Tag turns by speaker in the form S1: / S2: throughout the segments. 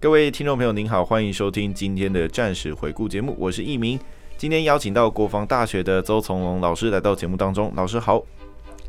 S1: 各位听众朋友，您好，欢迎收听今天的战史回顾节目，我是易明。今天邀请到国防大学的邹从龙老师来到节目当中，老师好。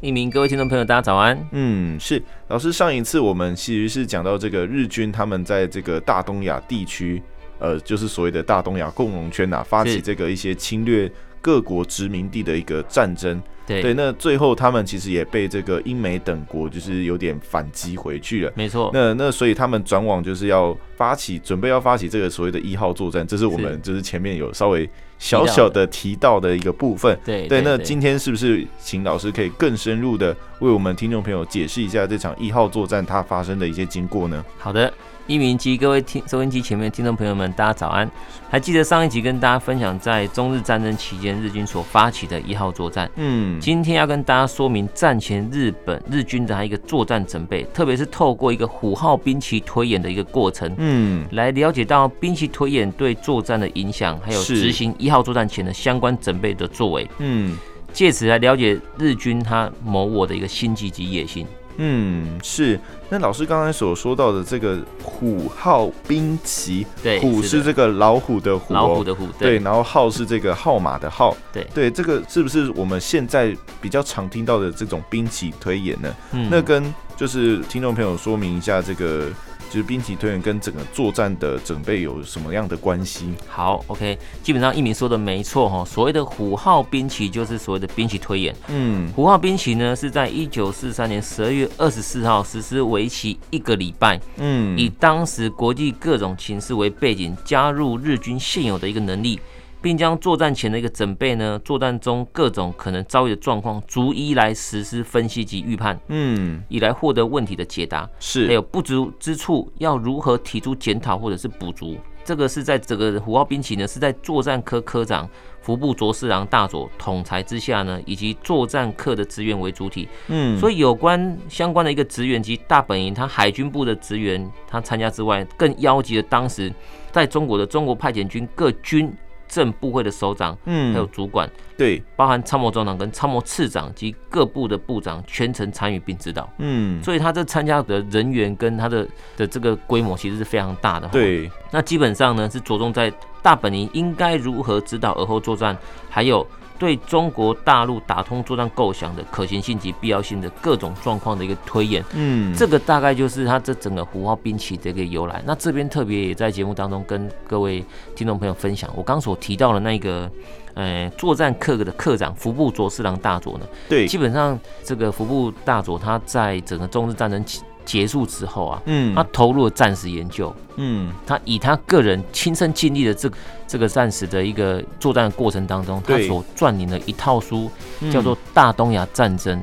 S2: 一鸣，各位听众朋友，大家早安。
S1: 嗯，是老师，上一次我们其实是讲到这个日军他们在这个大东亚地区，呃，就是所谓的大东亚共荣圈呐、发起
S2: 是
S1: 这个一些侵略各国殖民地的一个战争。
S2: 对，
S1: 对，那最后他们其实也被这个英美等国就是有点反击回去了。
S2: 没错，
S1: 那那所以他们转往就是要发起，准备要发起这个所谓的一号作战，这是我们就是前面有稍微小小的提到的一个部分。
S2: 对
S1: 对，那今天是不是请老师可以更深入的为我们听众朋友解释一下这场一号作战它发生的一些经过呢？
S2: 好的，一鸣及各位听收音机前面的听众朋友们，大家早安。还记得上一集跟大家分享在中日战争期间日军所发起的一号作战。
S1: 嗯，
S2: 今天要跟大家说明战前日本日军的它一个作战准备，特别是透过一个虎号兵棋推演的一个过程，
S1: 嗯，
S2: 来了解到兵棋推演对作战的影响，还有
S1: 是
S2: 执行一号作战前的相关准备的作为，
S1: 嗯，
S2: 借此来了解日军他谋我的一个心计及野心。
S1: 嗯，是。那老师刚才所说到的这个虎号兵棋，
S2: 对，
S1: 虎是
S2: 的
S1: 这个老虎的虎、哦，
S2: 老虎的虎，
S1: 对，然后号是这个号码的号，
S2: 对
S1: 对，这个是不是我们现在比较常听到的这种兵棋推演呢？
S2: 嗯
S1: 那跟就是听众朋友说明一下，这个就是兵棋推演跟整个作战的准备有什么样的关系？
S2: 好，OK，基本上一鸣说的没错哈。所谓的虎号兵棋就是所谓的兵棋推演。
S1: 嗯，
S2: 虎号兵棋呢是在一九四三年十二月二十四号实施，为期一个礼拜，
S1: 嗯，
S2: 以当时国际各种情势为背景，加入日军现有的一个能力，并将作战前的一个准备呢，作战中各种可能遭遇的状况，逐一来实施分析及预判，
S1: 嗯
S2: 以来获得问题的解答。还
S1: 是
S2: 有不足之处要如何提出检讨或者是补足。这个是在整个虎号兵棋呢，是在作战科科长服部卓四郎大佐统裁之下呢，以及作战课的职员为主体，
S1: 嗯，
S2: 所
S1: 以
S2: 以有关相关的一个职员及大本营，他海军部的职员他参加之外，更邀集了当时在中国的中国派遣军各军政部会的首长，还有
S1: 嗯
S2: 主管，
S1: 对，
S2: 包含参谋总长跟参谋次长及各部的部长全程参与并指导。
S1: 嗯
S2: 所以他这参加的人员跟他的的这个规模其实是非常大的。，
S1: 对，
S2: 那基本上呢是着重在大本营应该如何指导而后作战，还有对中国大陆打通作战构想的可行性及必要性的各种状况的一个推演。
S1: 嗯
S2: 这个大概就是他这整个虎号兵棋的一个由来。那这边特别也在节目当中跟各位听众朋友分享，我刚所提到的那个，呃，作战课的课长服部卓四郎大佐呢，
S1: 对
S2: 基，本上这个服部大佐他在整个中日战争起结束之后啊，
S1: 嗯
S2: 他投入了战史研究，
S1: 嗯
S2: 他以他个人亲身经历的这个这个战史的一个作战过程当中，他
S1: 对
S2: 所撰领的一套书
S1: 嗯
S2: 叫做《大东亚战争》。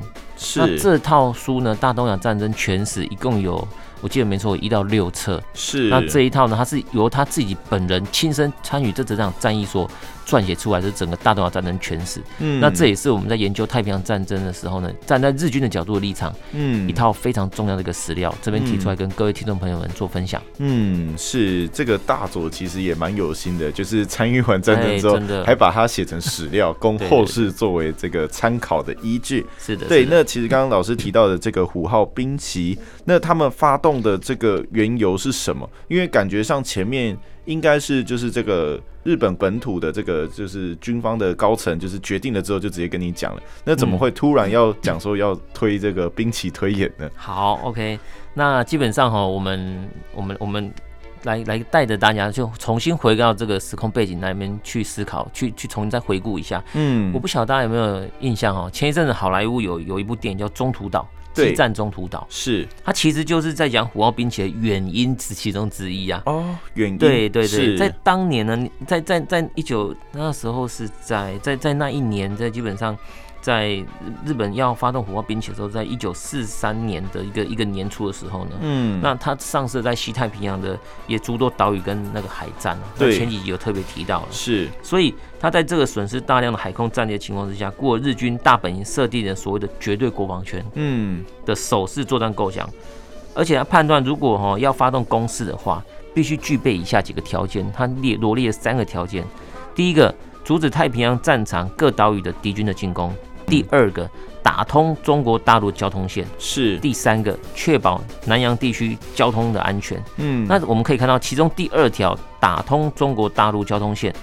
S2: 那
S1: 是
S2: 这套书呢，《大东亚战争全史》一共有。我记得没错，一到六册。
S1: 是
S2: 那这一套呢，他是由他自己本人亲身参与这整场战役所撰写出来的整个大东亚战争全史。
S1: 嗯
S2: 那这也是我们在研究太平洋战争的时候呢，站在日军的角度的立场，
S1: 嗯
S2: 一套非常重要的一个史料，这边提出来
S1: 嗯
S2: 跟各位听众朋友们做分享。
S1: 嗯，是这个大佐其实也蛮有心的，就是参与完战争之后
S2: 哎真，的
S1: 还把它写成史料，供
S2: 对
S1: 后世作为这个参考的依据。
S2: 是的，
S1: 对，
S2: 是的
S1: 那其实刚刚老师提到的这个虎号兵棋，那他们发动的这个缘由是什么？因为感觉上前面应该是就是这个日本本土的这个就是军方的高层就是决定了之后就直接跟你讲了，那怎么
S2: 嗯
S1: 会突然要讲说要推这个兵棋推演呢？
S2: 好，OK，那基本上哈，我们我们我们来来带着大家就重新回到这个时空背景那边去思考，去去重新再回顾一下。
S1: 嗯
S2: 哦我不晓得大家有没有印象哈，前一阵子好莱坞有有一部电影叫《中途岛》，
S1: 对
S2: 激战中途岛，
S1: 是
S2: 它其实就是在讲虎豹兵棋的原因之其中之一啊。
S1: 哦，远因
S2: 对对对，
S1: 是
S2: 在当年呢，你在在在一九那时候是在在在那一年，在基本上在日日本要发动虎豹兵棋的时候，在一九四三年的一个一个年初的时候呢，
S1: 嗯，
S2: 那它上次在西太平洋的也诸多岛屿跟那个海战啊，那
S1: 对
S2: 前几集有特别提到了。
S1: 是
S2: 所以它在这个损失大量的海空战力的情况之下，过日军大本营设定的所谓的绝对国防权
S1: 嗯
S2: 的首次作战构想，而且他判断如果哈、哦要发动攻势的话，必须具备以下几个条件，他列罗列了三个条件：第一个，阻止太平洋战场各岛屿的敌军的进攻；第二个，打通中国大陆交通线；
S1: 是
S2: 第三个，确保南洋地区交通的安全。
S1: 嗯
S2: 那我们可以看到，其中第二条打通中国大陆交通线，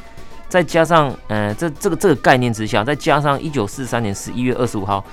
S2: 再加上呃这这个这个概念之下，再加上一九四三年十一月二十五号，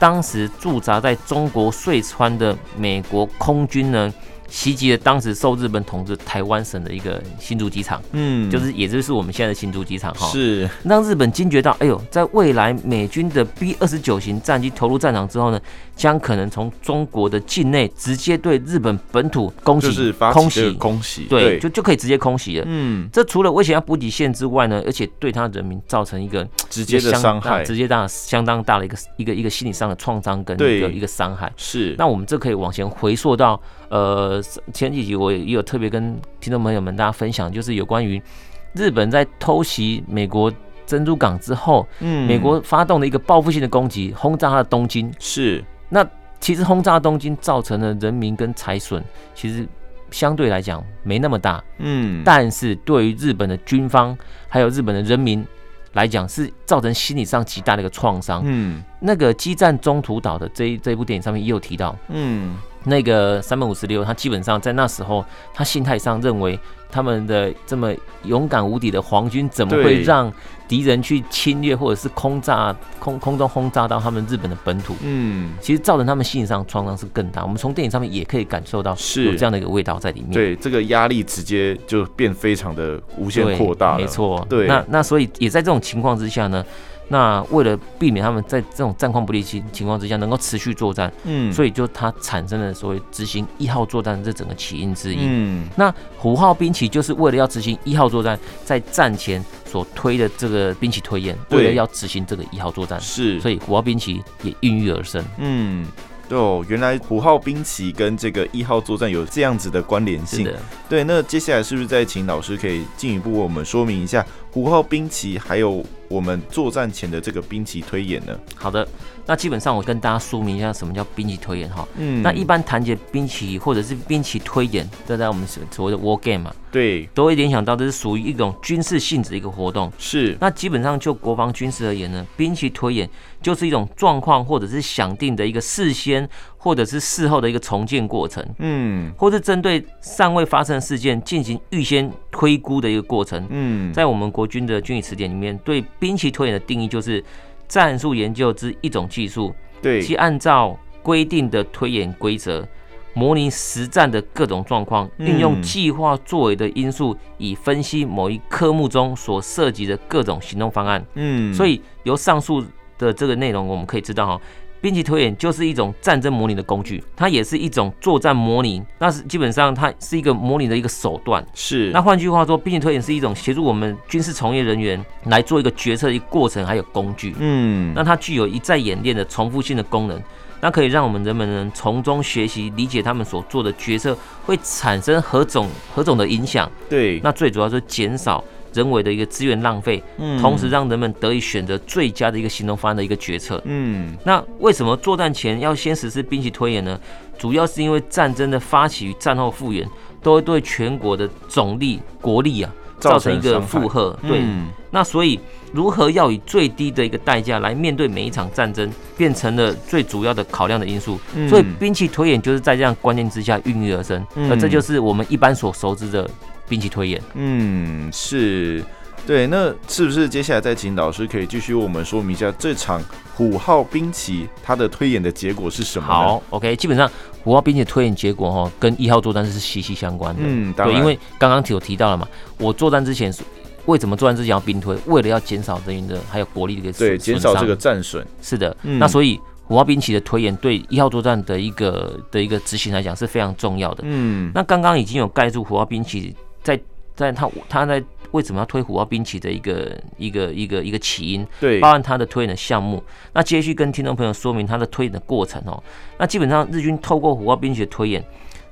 S2: 当时驻扎在中国遂川的美国空军呢，袭击了当时受日本统治台湾省的一个新竹机场，
S1: 嗯
S2: 就是也就是我们现在的新竹机场哈。
S1: 是
S2: 让日本惊觉到，哎呦，在未来美军的 B 二十九型战机投入战场之后呢，将可能从中国的境内直接对日本本土攻击、
S1: 就是发
S2: 空
S1: 起这
S2: 袭
S1: 个、空袭，
S2: 对，就就可以直接空袭了。
S1: 嗯
S2: 这除了威胁到补给线之外呢，而且对他人民造成一个
S1: 直
S2: 直
S1: 接的伤害
S2: 直接大相当大的一个一个一个心理上的创伤跟
S1: 对
S2: 一个一个伤害。
S1: 是
S2: 那我们这可以往前回溯到，呃，前几集我也有特别跟听众朋友们大家分享，就是有关于日本在偷袭美国珍珠港之后，
S1: 嗯
S2: 美国发动了一个报复性的攻击，轰炸他的东京。
S1: 是
S2: 其实轰炸东京造成的人民跟财损，其实相对来讲没那么大，
S1: 嗯
S2: 但是对于日本的军方还有日本的人民来讲，是造成心理上极大的一个创伤。
S1: 嗯
S2: 那个《激战中途岛》的这一这一部电影上面也有提到，
S1: 嗯
S2: 那个三本五十六，他基本上在那时候，他心态上认为他们的这么勇敢无敌的皇军，怎么会
S1: 对
S2: 让敌人去侵略或者是空炸空空中轰炸到他们日本的本土？
S1: 嗯
S2: 其实造成他们心理上创伤是更大。我们从电影上面也可以感受到
S1: 是
S2: 有这样的一个味道在里面。
S1: 对这个压力直接就变非常的无限
S2: 对
S1: 扩大了，
S2: 没错。
S1: 对
S2: 那那所以也在这种情况之下呢，那为了避免他们在这种战况不利情情况之下能够持续作战，
S1: 嗯
S2: 所以就它产生了所谓执行一号作战这整个起因之一。
S1: 嗯
S2: 那虎号兵棋就是为了要执行一号作战，在战前所推的这个兵棋推演，
S1: 对
S2: 为了要执行这个一号作战，
S1: 是
S2: 所以虎号兵棋也孕育而生。
S1: 嗯。对哦，原来五号兵棋跟这个一号作战有这样子的关联
S2: 是
S1: 性。
S2: 的，
S1: 对，那接下来是不是再请老师可以进一步为我们说明一下五号兵棋，还有我们作战前的这个兵棋推演呢？
S2: 好的。那基本上我跟大家说明一下什么叫兵棋推演哈。
S1: 嗯
S2: 那一般谈及兵棋或者是兵棋推演，这在我们所所谓的 war game 嘛，
S1: 对
S2: 都会联想到这是属于一种军事性质的一个活动。
S1: 是
S2: 那基本上就国防军事而言呢，兵棋推演就是一种状况或者是想定的一个事先或者是事后的一个重建过程，
S1: 嗯
S2: 或是针对尚未发生的事件进行预先推估的一个过程。
S1: 嗯
S2: 在我们国军的军语词典里面，对兵棋推演的定义就是战术研究之一种技术，
S1: 对
S2: 即按照规定的推演规则，模拟实战的各种状况，
S1: 嗯
S2: 运用计划作为的因素，以分析某一科目中所涉及的各种行动方案。
S1: 嗯
S2: 所以由上述的这个内容，我们可以知道哈。兵棋推演就是一种战争模拟的工具，它也是一种作战模拟，那是基本上它是一个模拟的一个手段。
S1: 是
S2: 那换句话说，兵棋推演是一种协助我们军事从业人员来做一个决策的一个过程，还有工具。
S1: 嗯
S2: 那它具有一再演练的重复性的功能，那可以让我们人们呢从中学习理解他们所做的决策会产生何种何种的影响。
S1: 对
S2: 那最主要是减少人为的一个资源浪费，
S1: 嗯
S2: 同时让人们得以选择最佳的一个行动方案的一个决策。
S1: 嗯
S2: 那为什么作战前要先实施兵棋推演呢？主要是因为战争的发起与战后复原都会对全国的总力国力啊造成一个
S1: 伤害
S2: 负荷，对，
S1: 嗯
S2: 那所以，如何要以最低的一个代价来面对每一场战争，变成了最主要的考量的因素。
S1: 嗯
S2: 所以，兵器推演就是在这样观念之下孕育而生，
S1: 嗯
S2: 而这就是我们一般所熟知的兵器推演。
S1: 嗯是。对，那是不是接下来再请老师可以继续为我们说明一下这场虎号兵棋它的推演的结果是什么？，
S2: 好，OK，基本上五号兵器推演结果哈、哦，跟一号作战是息息相关的。
S1: 嗯，当
S2: 对，
S1: 然，
S2: 因为刚刚有提到了嘛，我作战之前是为什么作战之前要兵推？为了要减少人员的还有国力的一个损
S1: 对减少
S2: 损伤
S1: 这个战损，
S2: 是的，
S1: 嗯
S2: 那所以虎豹兵棋的推演对一号作战的一个的一个执行来讲是非常重要的。
S1: 嗯，
S2: 那刚刚已经有盖住虎豹兵棋在在他他在为什么要推虎豹兵棋的一个一个一个一个起因，
S1: 对
S2: 包，含它的推演的项目。那接续跟听众朋友说明它的推演的过程哦。那基本上日军透过虎豹兵棋的推演，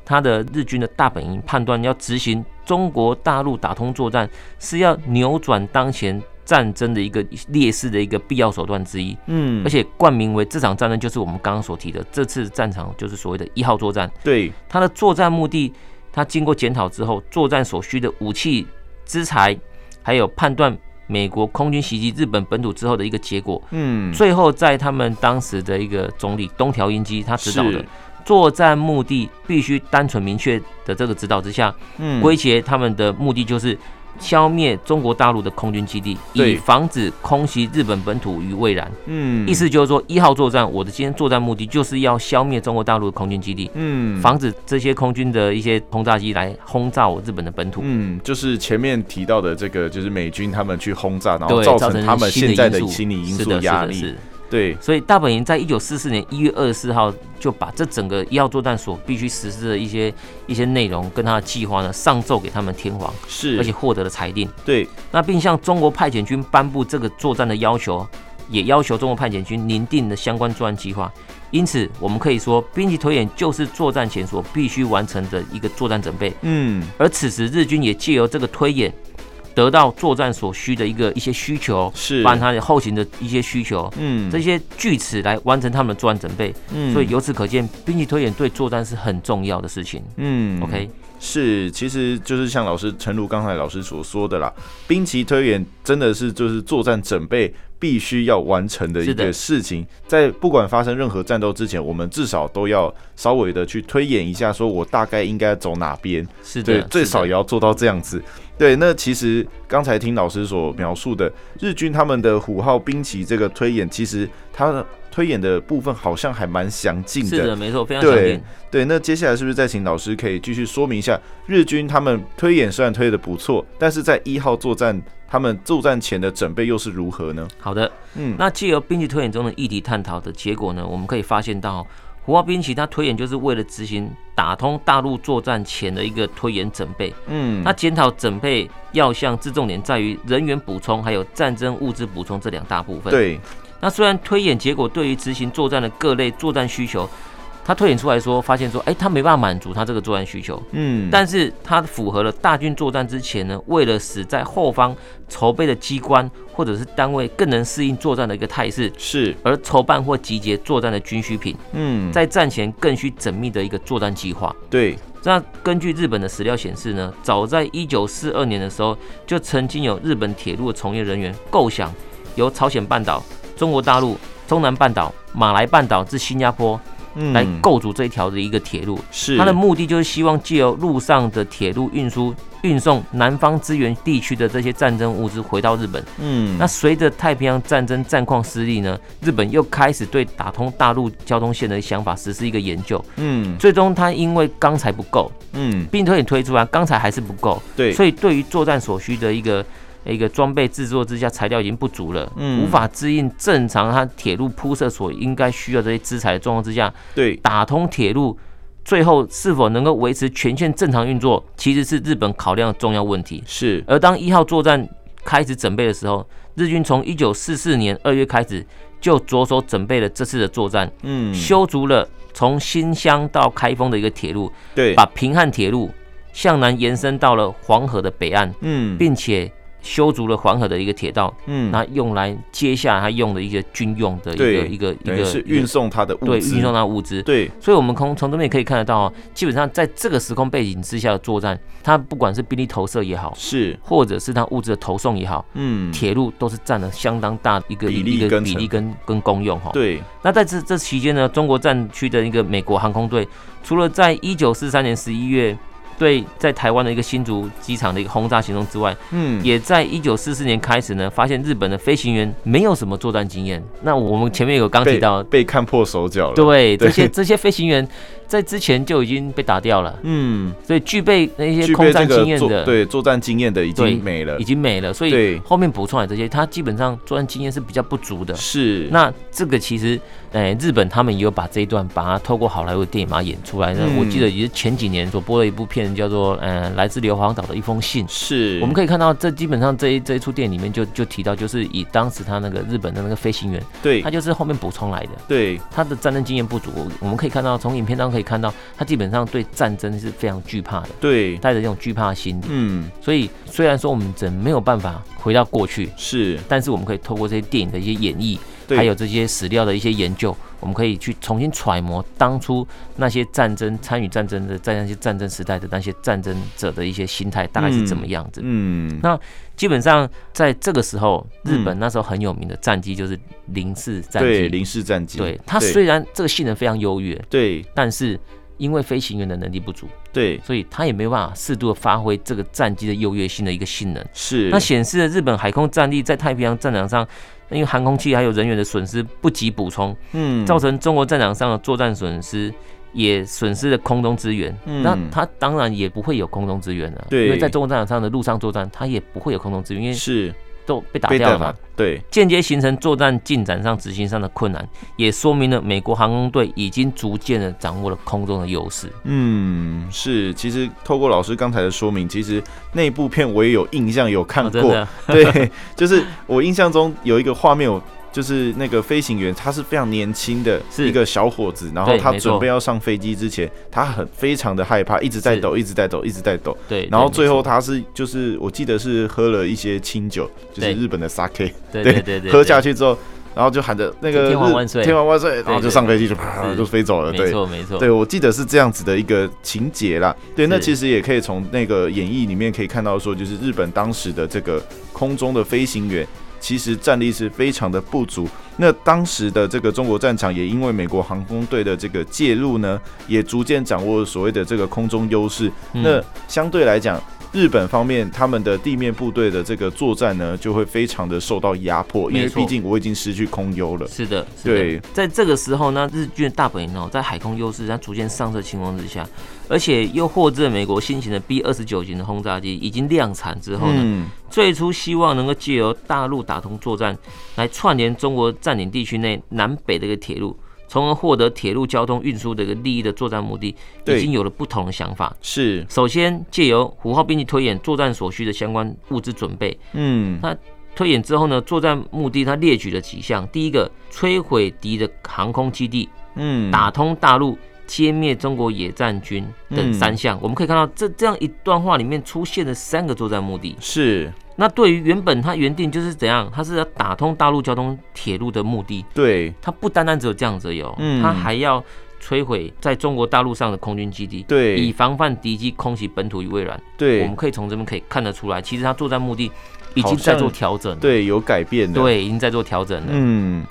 S2: 它的日军的大本营判断要执行中国大陆打通作战，是要扭转当前战争的一个劣势的一个必要手段之一。
S1: 嗯
S2: 而，且冠名为这场战争，就是我们刚刚所提的这次战场，就是所谓的一号作战。
S1: 对，
S2: 它的作战目的，它经过检讨之后，作战所需的武器、资材，还有判断美国空军袭击日本本土之后的一个结果。
S1: 嗯，
S2: 最后，在他们当时的一个总理东条英机他指导的
S1: 是
S2: 作战目的必须单纯明确的这个指导之下，
S1: 嗯，
S2: 归结他们的目的就是消灭中国大陆的空军基地，
S1: 对
S2: 以防止空袭日本本土于未然。
S1: 嗯，
S2: 意，思就是说，一号作战，我的今天作战目的就是要消灭中国大陆的空军基地，
S1: 嗯，
S2: 防止这些空军的一些轰炸机来轰炸我日本的本土。
S1: 嗯，就是前面提到的这个，就是美军他们去轰炸，然后
S2: 对，
S1: 造
S2: 造
S1: 成他们
S2: 新
S1: 现在
S2: 因
S1: 的
S2: 素
S1: 心理因
S2: 是
S1: 素
S2: 的
S1: 压
S2: 是的是
S1: 力
S2: 的。
S1: 对，
S2: 所以大本营在一九四四年一月二十四号就把这整个一号作战所必须实施的一些一些内容跟他的计划呢上奏给他们天皇，而且
S1: 是，
S2: 获得了裁定。
S1: 对，
S2: 那并向中国派遣军颁布这个作战的要求，也要求中国派遣军拟定的相关作战计划。因此，我们可以说，兵棋推演就是作战前所必须完成的一个作战准备。
S1: 嗯，
S2: 而此时，日军也借由这个推演，得到作战所需的一个一些需求，
S1: 是，
S2: 包含他的后勤的一些需求，
S1: 嗯，
S2: 这些据此来完成他们的作战准备。
S1: 嗯，
S2: 所以由此可见，兵棋推演对作战是很重要的事情。
S1: 嗯
S2: OK，
S1: 是，其实就是像老师陈如刚才老师所说的啦，兵棋推演真的是就是作战准备必须要完成的一
S2: 是
S1: 个
S2: 的
S1: 事情，在不管发生任何战斗之前，我们至少都要稍微的去推演一下，说我大概应该走哪边，
S2: 是的，
S1: 对
S2: 是，的
S1: 最少也要做到这样子。对，那其实刚才听老师所描述的，日军他们的虎号兵棋这个推演，其实它推演的部分好像还蛮详尽
S2: 是的，没错，非常
S1: 对
S2: 强烈。
S1: 对，那接下来是不是再请老师可以继续说明一下，日军他们推演虽然推的不错，但是在一号作战，他们作战前的准备又是如何呢？
S2: 好的，
S1: 嗯
S2: 那借由兵棋推演中的议题探讨的结果呢，我们可以发现到，胡豹兵棋它推演就是为了执行打通大陆作战前的一个推演准备。
S1: 嗯
S2: 那检讨准备要项之重点在于人员补充，还有战争物资补充这两大部分。，
S1: 对，
S2: 那虽然推演结果对于执行作战的各类作战需求，它推演出来说，发现说，哎、它没办法满足它这个作战需求。
S1: 嗯，
S2: 但是它符合了大军作战之前呢，为了使在后方筹备的机关或者是单位更能适应作战的一个态势，
S1: 是，
S2: 而筹办或集结作战的军需品，
S1: 嗯，
S2: 在战前更需缜密的一个作战计划。
S1: 对，
S2: 那根据日本的史料显示呢，早在一九四二年的时候，就曾经有日本铁路的从业人员构想，由朝鲜半岛、中国大陆、中南半岛、马来半岛至新加坡
S1: 嗯，
S2: 来构筑这一条的一个铁路。
S1: 是
S2: 它的目的就是希望借由路上的铁路运输，运送南方支援地区的这些战争物资回到日本。
S1: 嗯，
S2: 那随着太平洋战争战况失利呢，日本又开始对打通大陆交通线的想法实施一个研究。
S1: 嗯
S2: 最终，它因为钢材不够，
S1: 嗯，
S2: 并推也推出来，钢材还是不够，
S1: 对，
S2: 所以对于作战所需的一个。一个装备制作之下，材料已经不足了，
S1: 嗯
S2: 无法支应正常它铁路铺设所应该需要这些资材的状况之下，
S1: 对，
S2: 打通铁路，最后是否能够维持全线正常运作，其实是日本考量的重要问题。
S1: 是，
S2: 而当一号作战开始准备的时候，日军从一九四四年二月开始就着手准备了这次的作战，
S1: 嗯，
S2: 修筑了从新乡到开封的一个铁路，
S1: 对，
S2: 把平汉铁路向南延伸到了黄河的北岸，
S1: 嗯，
S2: 并且修筑了黄河的一个铁道，
S1: 嗯，
S2: 那用来接下来他用的一些军用的一个
S1: 对
S2: 一个一
S1: 等于
S2: 个
S1: 是运送他的物
S2: 对
S1: 资，
S2: 运送它的物资。
S1: 对，
S2: 所以，我们从从这边也可以看得到哦，基本上在这个时空背景之下的作战，它不管是兵力投射也好，
S1: 是，
S2: 或者是它物资的投送也好，
S1: 嗯，
S2: 铁路都是占了相当大的一个
S1: 比例
S2: 一个
S1: 跟
S2: 比
S1: 成
S2: 例跟跟功用哈、哦。
S1: 对，
S2: 那在这这期间呢，中国战区的一个美国航空队，除了在一九四三年十一月对在台湾的一个新竹机场的一个轰炸行动之外，
S1: 嗯，
S2: 也在一九四四年开始呢，发现日本的飞行员没有什么作战经验。那我们前面有刚提
S1: 被
S2: 到，
S1: 被看破手脚了。，
S2: 对
S1: 对
S2: 这些这些飞行员在之前就已经被打掉了，
S1: 嗯，
S2: 所以具备那些
S1: 具
S2: 空
S1: 备
S2: 战
S1: 这
S2: 经
S1: 个
S2: 验
S1: 作
S2: 的，
S1: 对作战经验的已
S2: 对
S1: 经没了
S2: 已，经没了。所
S1: 对
S2: 以后面补充来这些，他基本上作战经验是比较不足的。
S1: 是
S2: 那这个其实，哎、日本他们也有把这一段，把它透过好莱坞电影把它演出来。那、
S1: 嗯
S2: 我记得也是前几年所播的一部片，叫做《嗯、来自硫磺岛的一封信》。
S1: 是
S2: 我们可以看到，这基本上这一这一出电影里面就就提到，就是以当时他那个日本的那个飞行员，
S1: 对
S2: 他就是后面补充来的，
S1: 对
S2: 他的战争经验不足。我们可以看到，从影片当中可以看到，他基本上对战争是非常惧怕的，
S1: 对，
S2: 带着这种惧怕的心理。
S1: 嗯，
S2: 所以虽然说我们真没有办法回到过去，
S1: 是
S2: 但是我们可以透过这些电影的一些演绎，
S1: 对，
S2: 还有这些史料的一些研究，我们可以去重新揣摩当初那些战争参与战争的在那些战争时代的那些战争者的一些心态大概是怎么样子。
S1: 嗯，
S2: 那基本上在这个时候，
S1: 嗯
S2: 日本那时候很有名的战机就是零式战
S1: 对
S2: 机，
S1: 零式战机，
S2: 对它虽然这个性能非常优越，
S1: 对
S2: 但是。因为飞行员的能力不足，
S1: 对
S2: 所以它也没有办法适度的发挥这个战机的优越性的一个性能。
S1: 是，
S2: 那显示了日本海空战力在太平洋战场上，因为航空器还有人员的损失不及补充，
S1: 嗯
S2: 造成中国战场上的作战损失，也损失了空中资源。
S1: 嗯
S2: 那它当然也不会有空中资源了、
S1: 对
S2: 因为在中国战场上的陆上作战，它也不会有空中资源，因为
S1: 是
S2: 都被打
S1: 被
S2: 掉了
S1: 弹
S2: 嘛
S1: 反。，对
S2: 间接形成作战进展上执行上的困难，也说明了美国航空队已经逐渐的掌握了空中的优势。
S1: 嗯，是。其实透过老师刚才的说明，其实那部片我也有印象，有看
S2: 哦真
S1: 过。
S2: 的
S1: 对，就是我印象中有一个画面，我就是那个飞行员，他是非常年轻的
S2: 是
S1: 一个小伙子，然后
S2: 对
S1: 他
S2: 没
S1: 准
S2: 错
S1: 备要上飞机之前，他很非常的害怕，一直在
S2: 是
S1: 抖，一直在抖，一直在抖。
S2: 对，
S1: 然后
S2: 对
S1: 最后
S2: 没错
S1: 他是就是我记得是喝了一些清酒，就是
S2: 对
S1: 日本的 sake，
S2: 对
S1: 对
S2: 对对对
S1: 喝下，去之后，然后就喊着那个
S2: 天皇
S1: 日
S2: 万岁
S1: 天皇万岁，然后
S2: 对
S1: 就
S2: 对
S1: 上飞机就啪
S2: 是
S1: 就飞走了。
S2: 对没
S1: 对，
S2: 错没错，
S1: 对，我记得是这样子的一个情节啦。对，那
S2: 是
S1: 其实也可以从那个演绎里面可以看到，说就是日本当时的这个空中的飞行员，其实战力是非常的不足。那当时的这个中国战场也因为美国航空队的这个介入呢，也逐渐掌握所谓的这个空中优势。
S2: 嗯
S1: 那相对来讲，日本方面他们的地面部队的这个作战呢，就会非常的受到压迫，因为
S2: 没错
S1: 毕竟我已经失去空优了。
S2: 是的，是的
S1: 对，
S2: 在这个时候呢，日军的大本营哦，在海空优势它逐渐上升的情况之下，而且又获知了美国新型的 B 二十九型的轰炸机已经量产之后呢，
S1: 嗯，
S2: 最初希望能够借由大陆打通作战，来串联中国占领地区内南北的一个铁路，从而获得铁路交通运输的一个利益的作战目的，
S1: 对
S2: 已经有了不同的想法。
S1: 是，
S2: 首先，借由虎号兵力推演作战所需的相关物资准备，
S1: 嗯，
S2: 推演之后呢，作战目的他列举了几项：第一个，摧毁敌的航空基地，
S1: 嗯，
S2: 打通大陆，歼灭中国野战军
S1: 嗯
S2: 等三项。我们可以看到这这样一段话里面出现了三个作战目的。
S1: 是。
S2: 那对于原本他原定就是怎样，他是要打通大陆交通铁路的目的，
S1: 对
S2: 他不单单只有这样子有，
S1: 嗯
S2: 他还要摧毁在中国大陆上的空军基地。以
S1: 对
S2: 防范敌机空袭本土与未然，我
S1: 对
S2: 们可以从这边可以看得出来，其实他作战目的已
S1: 好
S2: 经在
S1: 像
S2: 做调整了。
S1: 对，有改变的。，
S2: 对，已经在做调整了。
S1: 嗯，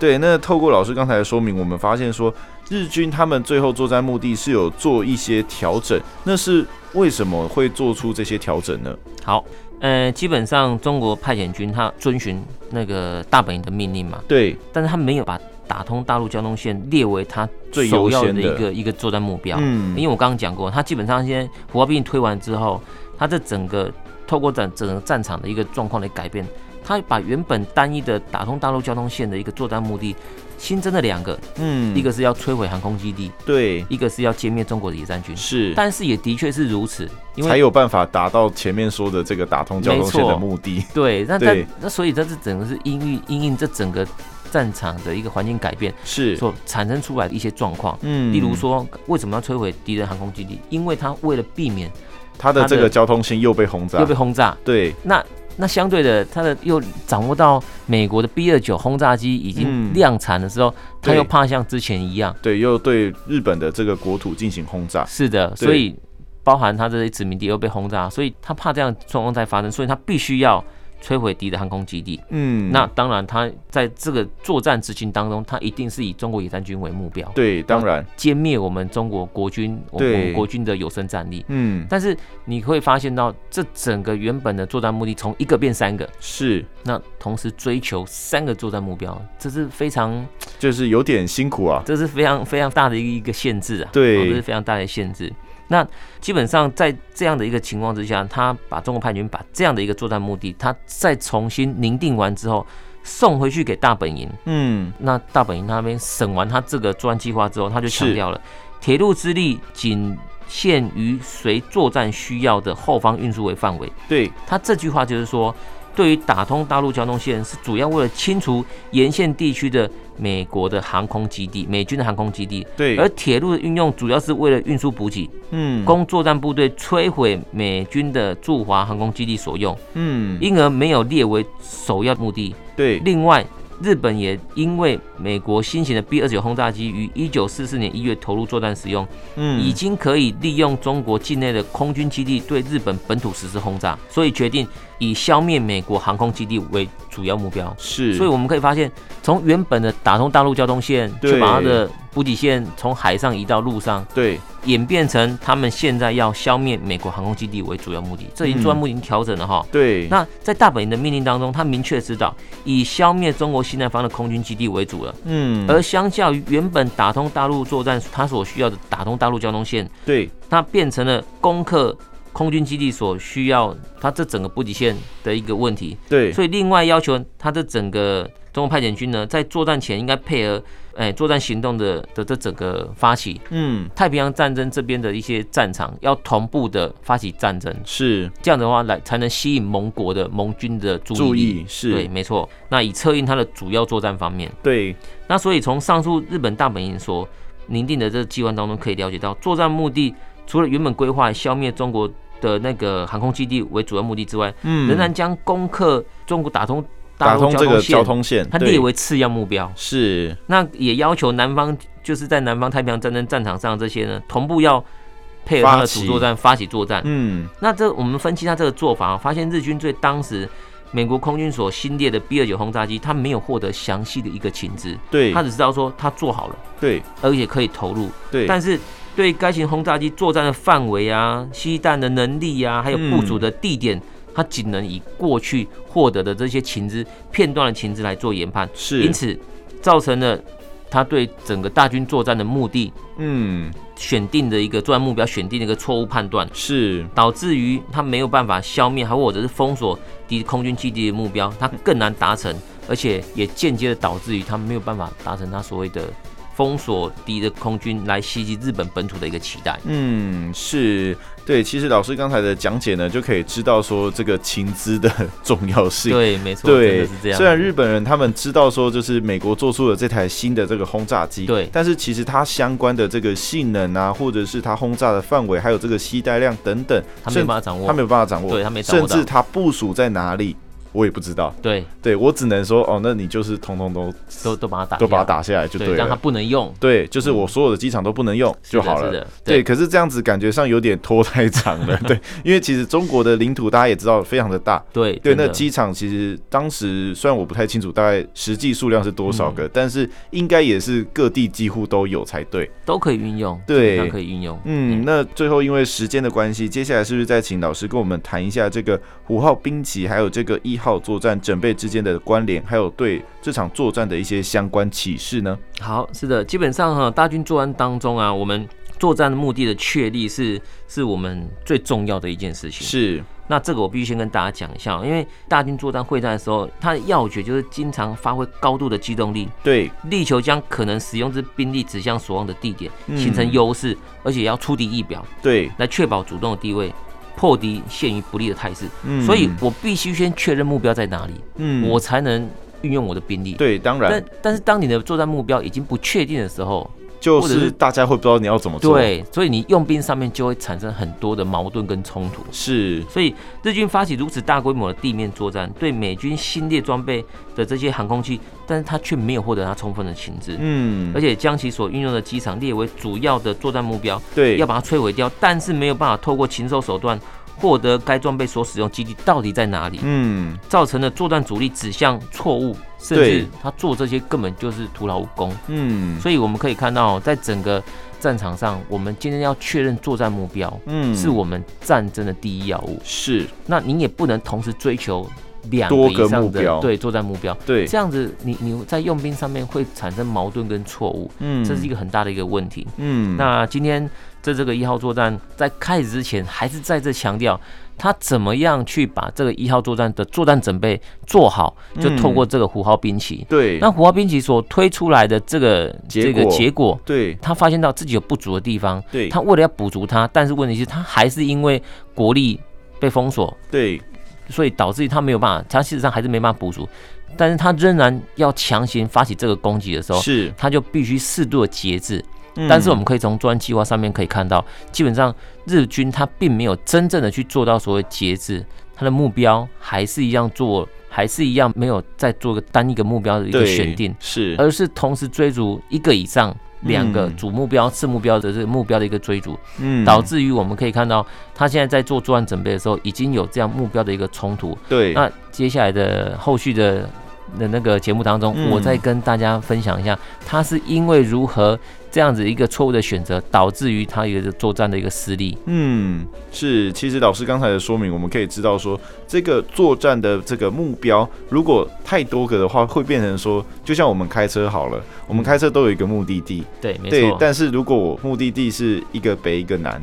S1: 对。那透过老师刚才的说明，我们发现说，日军他们最后作战目的是有做一些调整，那是为什么会做出这些调整呢？
S2: 好，呃，基本上中国派遣军他遵循那个大本营的命令嘛，
S1: 对，
S2: 但是他没有把打通大陆交通线列为他
S1: 最
S2: 首
S1: 优
S2: 要的
S1: 先
S2: 一
S1: 的
S2: 个一个作战目标。
S1: 嗯
S2: 因为我刚刚讲过，他基本上现在胡耀斌推完之后，他这整个透过战整个战场的一个状况的改变，他把原本单一的打通大陆交通线的一个作战目的新增了两个，
S1: 嗯
S2: 一个是要摧毁航空基地，
S1: 对
S2: 一个是要歼灭中国的野战军。
S1: 是，
S2: 但是也的确是如此，因为
S1: 才有办法达到前面说的这个打通交通线
S2: 没
S1: 的
S2: 错
S1: 目的。
S2: 对，那
S1: 对
S2: 但那所以这是整个是因应因应这整个战场的一个环境改变
S1: 是，
S2: 所产生出来的一些状况。
S1: 嗯
S2: 例如说，为什么要摧毁敌人航空基地？因为他为了避免
S1: 他的
S2: 他
S1: 这
S2: 的
S1: 个交通线又被轰炸
S2: 又被，轰炸，
S1: 对
S2: 那那相对的，他的又掌握到美国的 B 二九轰炸机已经
S1: 嗯
S2: 量产的时候，他
S1: 对
S2: 又怕像之前一样，
S1: 对，又对日本的这个国土进行轰炸。
S2: 是的，
S1: 对
S2: 所以包含他这些殖民地又被轰炸，所以他怕这样的状况再发生，所以他必须要摧毁敌的航空基地。
S1: 嗯，
S2: 那当然，他在这个作战执行当中，他一定是以中国野战军为目标，
S1: 对，当然，
S2: 歼灭我们中国国军，我们
S1: 对
S2: 我们国军的有生战力。
S1: 嗯，
S2: 但是你会发现到，这整个原本的作战目的从一个变三个，
S1: 是，
S2: 那同时追求三个作战目标，这是非常，
S1: 就是有点辛苦啊。
S2: 这是非常非常大的一个限制啊，
S1: 对
S2: 哦这是非常大的限制。那基本上在这样的一个情况之下，他把中国叛军把这样的一个作战目的，他再重新凝定完之后，送回去给大本营。
S1: 嗯，
S2: 那大本营那边审完他这个作战计划之后，他就是强调了，铁路之力仅限于随作战需要的后方运输为范围。
S1: 对，
S2: 他这句话就是说，对于打通大陆交通线是主要为了清除沿线地区的美国的航空基地、美军的航空基地，
S1: 对，
S2: 而铁路的运用主要是为了运输补给，
S1: 嗯，
S2: 供作战部队摧毁美军的驻华航空基地所用，
S1: 嗯，
S2: 因而没有列为首要目的。
S1: 对，
S2: 另外，日本也因为美国新型的 B 二九轰炸机于一九四四年一月投入作战使用，
S1: 嗯，
S2: 已经可以利用中国境内的空军基地对日本本土实施轰炸，所以决定以消灭美国航空基地为主要目标。
S1: 是，
S2: 所以我们可以发现，从原本的打通大陆交通线，
S1: 对
S2: 去把它的补给线从海上移到陆上，
S1: 对，
S2: 演变成他们现在要消灭美国航空基地为主要目的。
S1: 嗯
S2: 这已经作战目的已经调整了哈。
S1: 对，
S2: 那在大本营的命令当中，他明确知道以消灭中国西南方的空军基地为主了。
S1: 嗯，
S2: 而相较于原本打通大陆作战，它所需要的打通大陆交通线，
S1: 对，
S2: 它变成了攻克空军基地所需要它这整个补给线的一个问题。
S1: 对，
S2: 所以另外要求它这整个中国派遣军呢，在作战前应该配合哎作战行动的的这整个发起
S1: 嗯，
S2: 太平洋战争这边的一些战场，要同步的发起战争，
S1: 是，
S2: 这样的话来才能吸引盟国的盟军的注意
S1: 注
S2: 力
S1: 意
S2: 对，
S1: 是，
S2: 没错。那以策应它的主要作战方面。
S1: 对，
S2: 那所以从上述日本大本营所拟定的这个计划当中，可以了解到，作战目的除了原本规划消灭中国的那个航空基地为主要目的之外，
S1: 嗯，
S2: 仍然将攻克中国打通大
S1: 打
S2: 陆
S1: 通这个
S2: 线，
S1: 交通线，
S2: 它
S1: 对
S2: 列为次要目标。
S1: 是，
S2: 那也要求南方就是在南方太平洋战争战场上这些呢，同步要配合它
S1: 发
S2: 的
S1: 起
S2: 主作战发起作战。
S1: 嗯，
S2: 那这我们分析他这个做法，发现日军对当时美国空军所新列的 B 二九轰炸机，他没有获得详细的一个情资，
S1: 对，
S2: 他只知道说他做好了，
S1: 对，
S2: 而且可以投入，
S1: 对，
S2: 但是对该型轰炸机作战的范围啊、吸弹的能力啊，还有部署的地点，他仅能以过去获得的这些情资片段的情资来做研判，
S1: 是，
S2: 因此造成了他对整个大军作战的目的
S1: 嗯，
S2: 选定的一个作战目标选定的一个错误判断。
S1: 是，
S2: 导致于他没有办法消灭，还或者是封锁敌空军基地的目标，他更难达成，而且也间接的导致于他没有办法达成他所谓的封锁敌的空军来袭击日本本土的一个期待。
S1: 嗯，是对。其实老师刚才的讲解呢，就可以知道说这个情资的 重要性。
S2: 对，没错，真的
S1: 对
S2: 是这，样。
S1: 虽然日本人他们知道说，就是美国做出了这台新的这个轰炸机，
S2: 对
S1: 但是其实它相关的这个性能啊，或者是它轰炸的范围，还有这个携带量等等，
S2: 他没有
S1: 甚
S2: 办法掌握，
S1: 他没有办法掌握，
S2: 对他没掌
S1: 甚
S2: 握到
S1: 至，它部署在哪里，我也不知道。
S2: 对，
S1: 对我只能说，哦，那你就是通通都
S2: 都都把他打，
S1: 都把它，打下来就
S2: 对，让
S1: 了
S2: 他。不能用
S1: 对，就是我所有的机场都不能用就好
S2: 是
S1: 了
S2: 的是的。
S1: 对，
S2: 对
S1: 可是这样子感觉上有点拖太长 了。对，因为其实中国的领土大家也知道非常的大。
S2: 对
S1: 对，
S2: 真的
S1: 那机场其实当时虽然我不太清楚大概实际数量是多少
S2: 嗯
S1: 个，但是应该也是各地几乎都有才对。
S2: 都可以运用，
S1: 对
S2: 基本上可以运用。
S1: 嗯，那最后因为时间的关系，接下来是不是再请老师跟我们谈一下这个五号兵棋还有这个一号作战准备之间的关联，还有对这场作战的一些相关启示呢？
S2: 好，是的，基本上哈，大军作战当中啊，我们作战的目的的确立是是我们最重要的一件事情。
S1: 是，
S2: 那这个我必须先跟大家讲一下，因为大军作战会战的时候，它的要诀就是经常发挥高度的机动力，
S1: 对，
S2: 力求将可能使用之兵力指向所望的地点，
S1: 嗯
S2: 形成优势，而且要出敌意表，
S1: 对，
S2: 来确保主动的地位，破敌陷于不利的态势。
S1: 嗯
S2: 所以我必须先确认目标在哪里，
S1: 嗯
S2: 我才能运用我的兵力。
S1: 对，当然
S2: 但但是当你的作战目标已经不确定的时候，
S1: 就
S2: 或者
S1: 是
S2: 是
S1: 大家会不知道你要怎么做，，
S2: 对，所以你用兵上面就会产生很多的矛盾跟冲突。
S1: 是，
S2: 所以日军发起如此大规模的地面作战，对美军新列装备的这些航空器，但是他却没有获得他充分的情资，
S1: 嗯
S2: 而，且将其所运用的机场列为主要的作战目标，
S1: 对，
S2: 要把它摧毁掉，但是没有办法透过禽兽手段获得该装备所使用基地到底在哪里，
S1: 嗯，
S2: 造成了作战主力指向错误，甚
S1: 对
S2: 至他做这些根本就是徒劳无功。
S1: 嗯，
S2: 所以我们可以看到，在整个战场上，我们今天要确认作战目标，
S1: 嗯
S2: 是我们战争的第一要务。
S1: 是
S2: 那你也不能同时追求两
S1: 多
S2: 个
S1: 个
S2: 以上
S1: 目标
S2: 的对作战目标，
S1: 对，
S2: 这样子你你在用兵上面会产生矛盾跟错误，
S1: 嗯，
S2: 这是一个很大的一个问题。
S1: 嗯，
S2: 那今天在这个一号作战在开始之前，还是再次强调，他怎么样去把这个一号作战的作战准备做好，就透过这个虎号兵棋。
S1: 嗯对，
S2: 那虎号兵棋所推出来的这个
S1: 结
S2: 这
S1: 果
S2: 个结果，
S1: 对
S2: 他发现到自己有不足的地方，
S1: 对
S2: 他为了要补足它，但是问题是，他还是因为国力被封锁，
S1: 对
S2: 所以导致于他没有办法，他事实上还是没办法补足，但是他仍然要强行发起这个攻击的时候，
S1: 是，嗯
S2: 他就必须适度的节制。但是我们可以从作战计划上面可以看到，基本上日军他并没有真正的去做到所谓节制，他的目标还是一样做，还是一样没有再做个单一个目标的一
S1: 一
S2: 个选定，
S1: 是，
S2: 而是同时追逐一个以上。两个
S1: 嗯
S2: 主目标、次目标的这个目标的一个追逐，
S1: 嗯
S2: 导致于我们可以看到，他现在在做作案准备的时候，已经有这样目标的一个冲突。
S1: 对
S2: 那接下来的后续的的那个节目当中，
S1: 嗯
S2: 我再跟大家分享一下，他是因为如何这样子一个错误的选择，导致于他有一个作战的一个失利。
S1: 嗯，是，其实老师刚才的说明，我们可以知道说，这个作战的这个目标，如果太多个的话，会变成说，就像我们开车好了，我们开车都有一个目的地，
S2: 对，嗯没
S1: 对，
S2: 错，
S1: 但是如果我目的地是一个北一个南，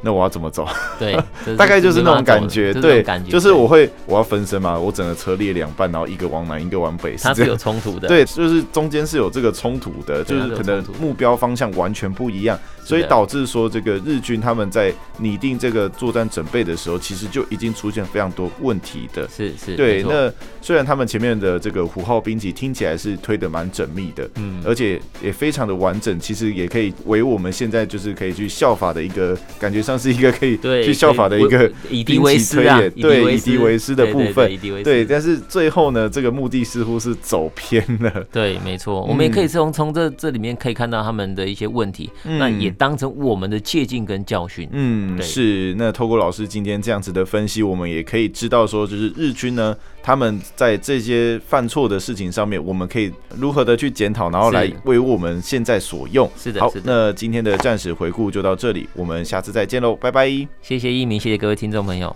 S1: 那我要怎么走？
S2: 对，这
S1: 大概就是那种感
S2: 没
S1: 觉，
S2: 办法走的这
S1: 对
S2: 种感，觉
S1: 就是我会我要分身嘛，我整个车裂两半，然后一个往南，一个往北，
S2: 他
S1: 这样
S2: 是有。冲突的，
S1: 对，就是中间是有这个冲突的，就
S2: 啊对
S1: 是
S2: 它是有
S1: 可能
S2: 冲突
S1: 目标方向完全不一样，所以
S2: 是的
S1: 导致说这个日军他们在拟定这个作战准备的时候，其实就已经出现非常多问题的。
S2: 是是，
S1: 对，
S2: 没错
S1: 那虽然他们前面的这个虎号兵棋听起来是推得蛮缜密的，
S2: 嗯
S1: 而且也非常的完整，其实也可以为我们现在就是可以去效法的一个感觉，上是一个可以
S2: 对
S1: 去效法的一个
S2: 我以敌为师啊
S1: 兵棋，推演对以
S2: 敌
S1: 敌为师的部分
S2: 对对以敌为师
S1: 对，但是最后呢，这个目的似乎是走偏了。
S2: 对，没错，我们也
S1: 嗯
S2: 可以从从这这里面可以看到他们的一些问题，那
S1: 嗯
S2: 也当成我们的借鉴跟教训。
S1: 嗯，
S2: 对
S1: 是。那透过老师今天这样子的分析，我们也可以知道说，就是日军呢，他们在这些犯错的事情上面，我们可以如何的去检讨，然后来
S2: 是
S1: 为我们现在所用。
S2: 是的
S1: 好
S2: 是，的
S1: 那今天的战史回顾就到这里，我们下次再见喽，拜拜。
S2: 谢谢一鸣，谢谢各位听众朋友，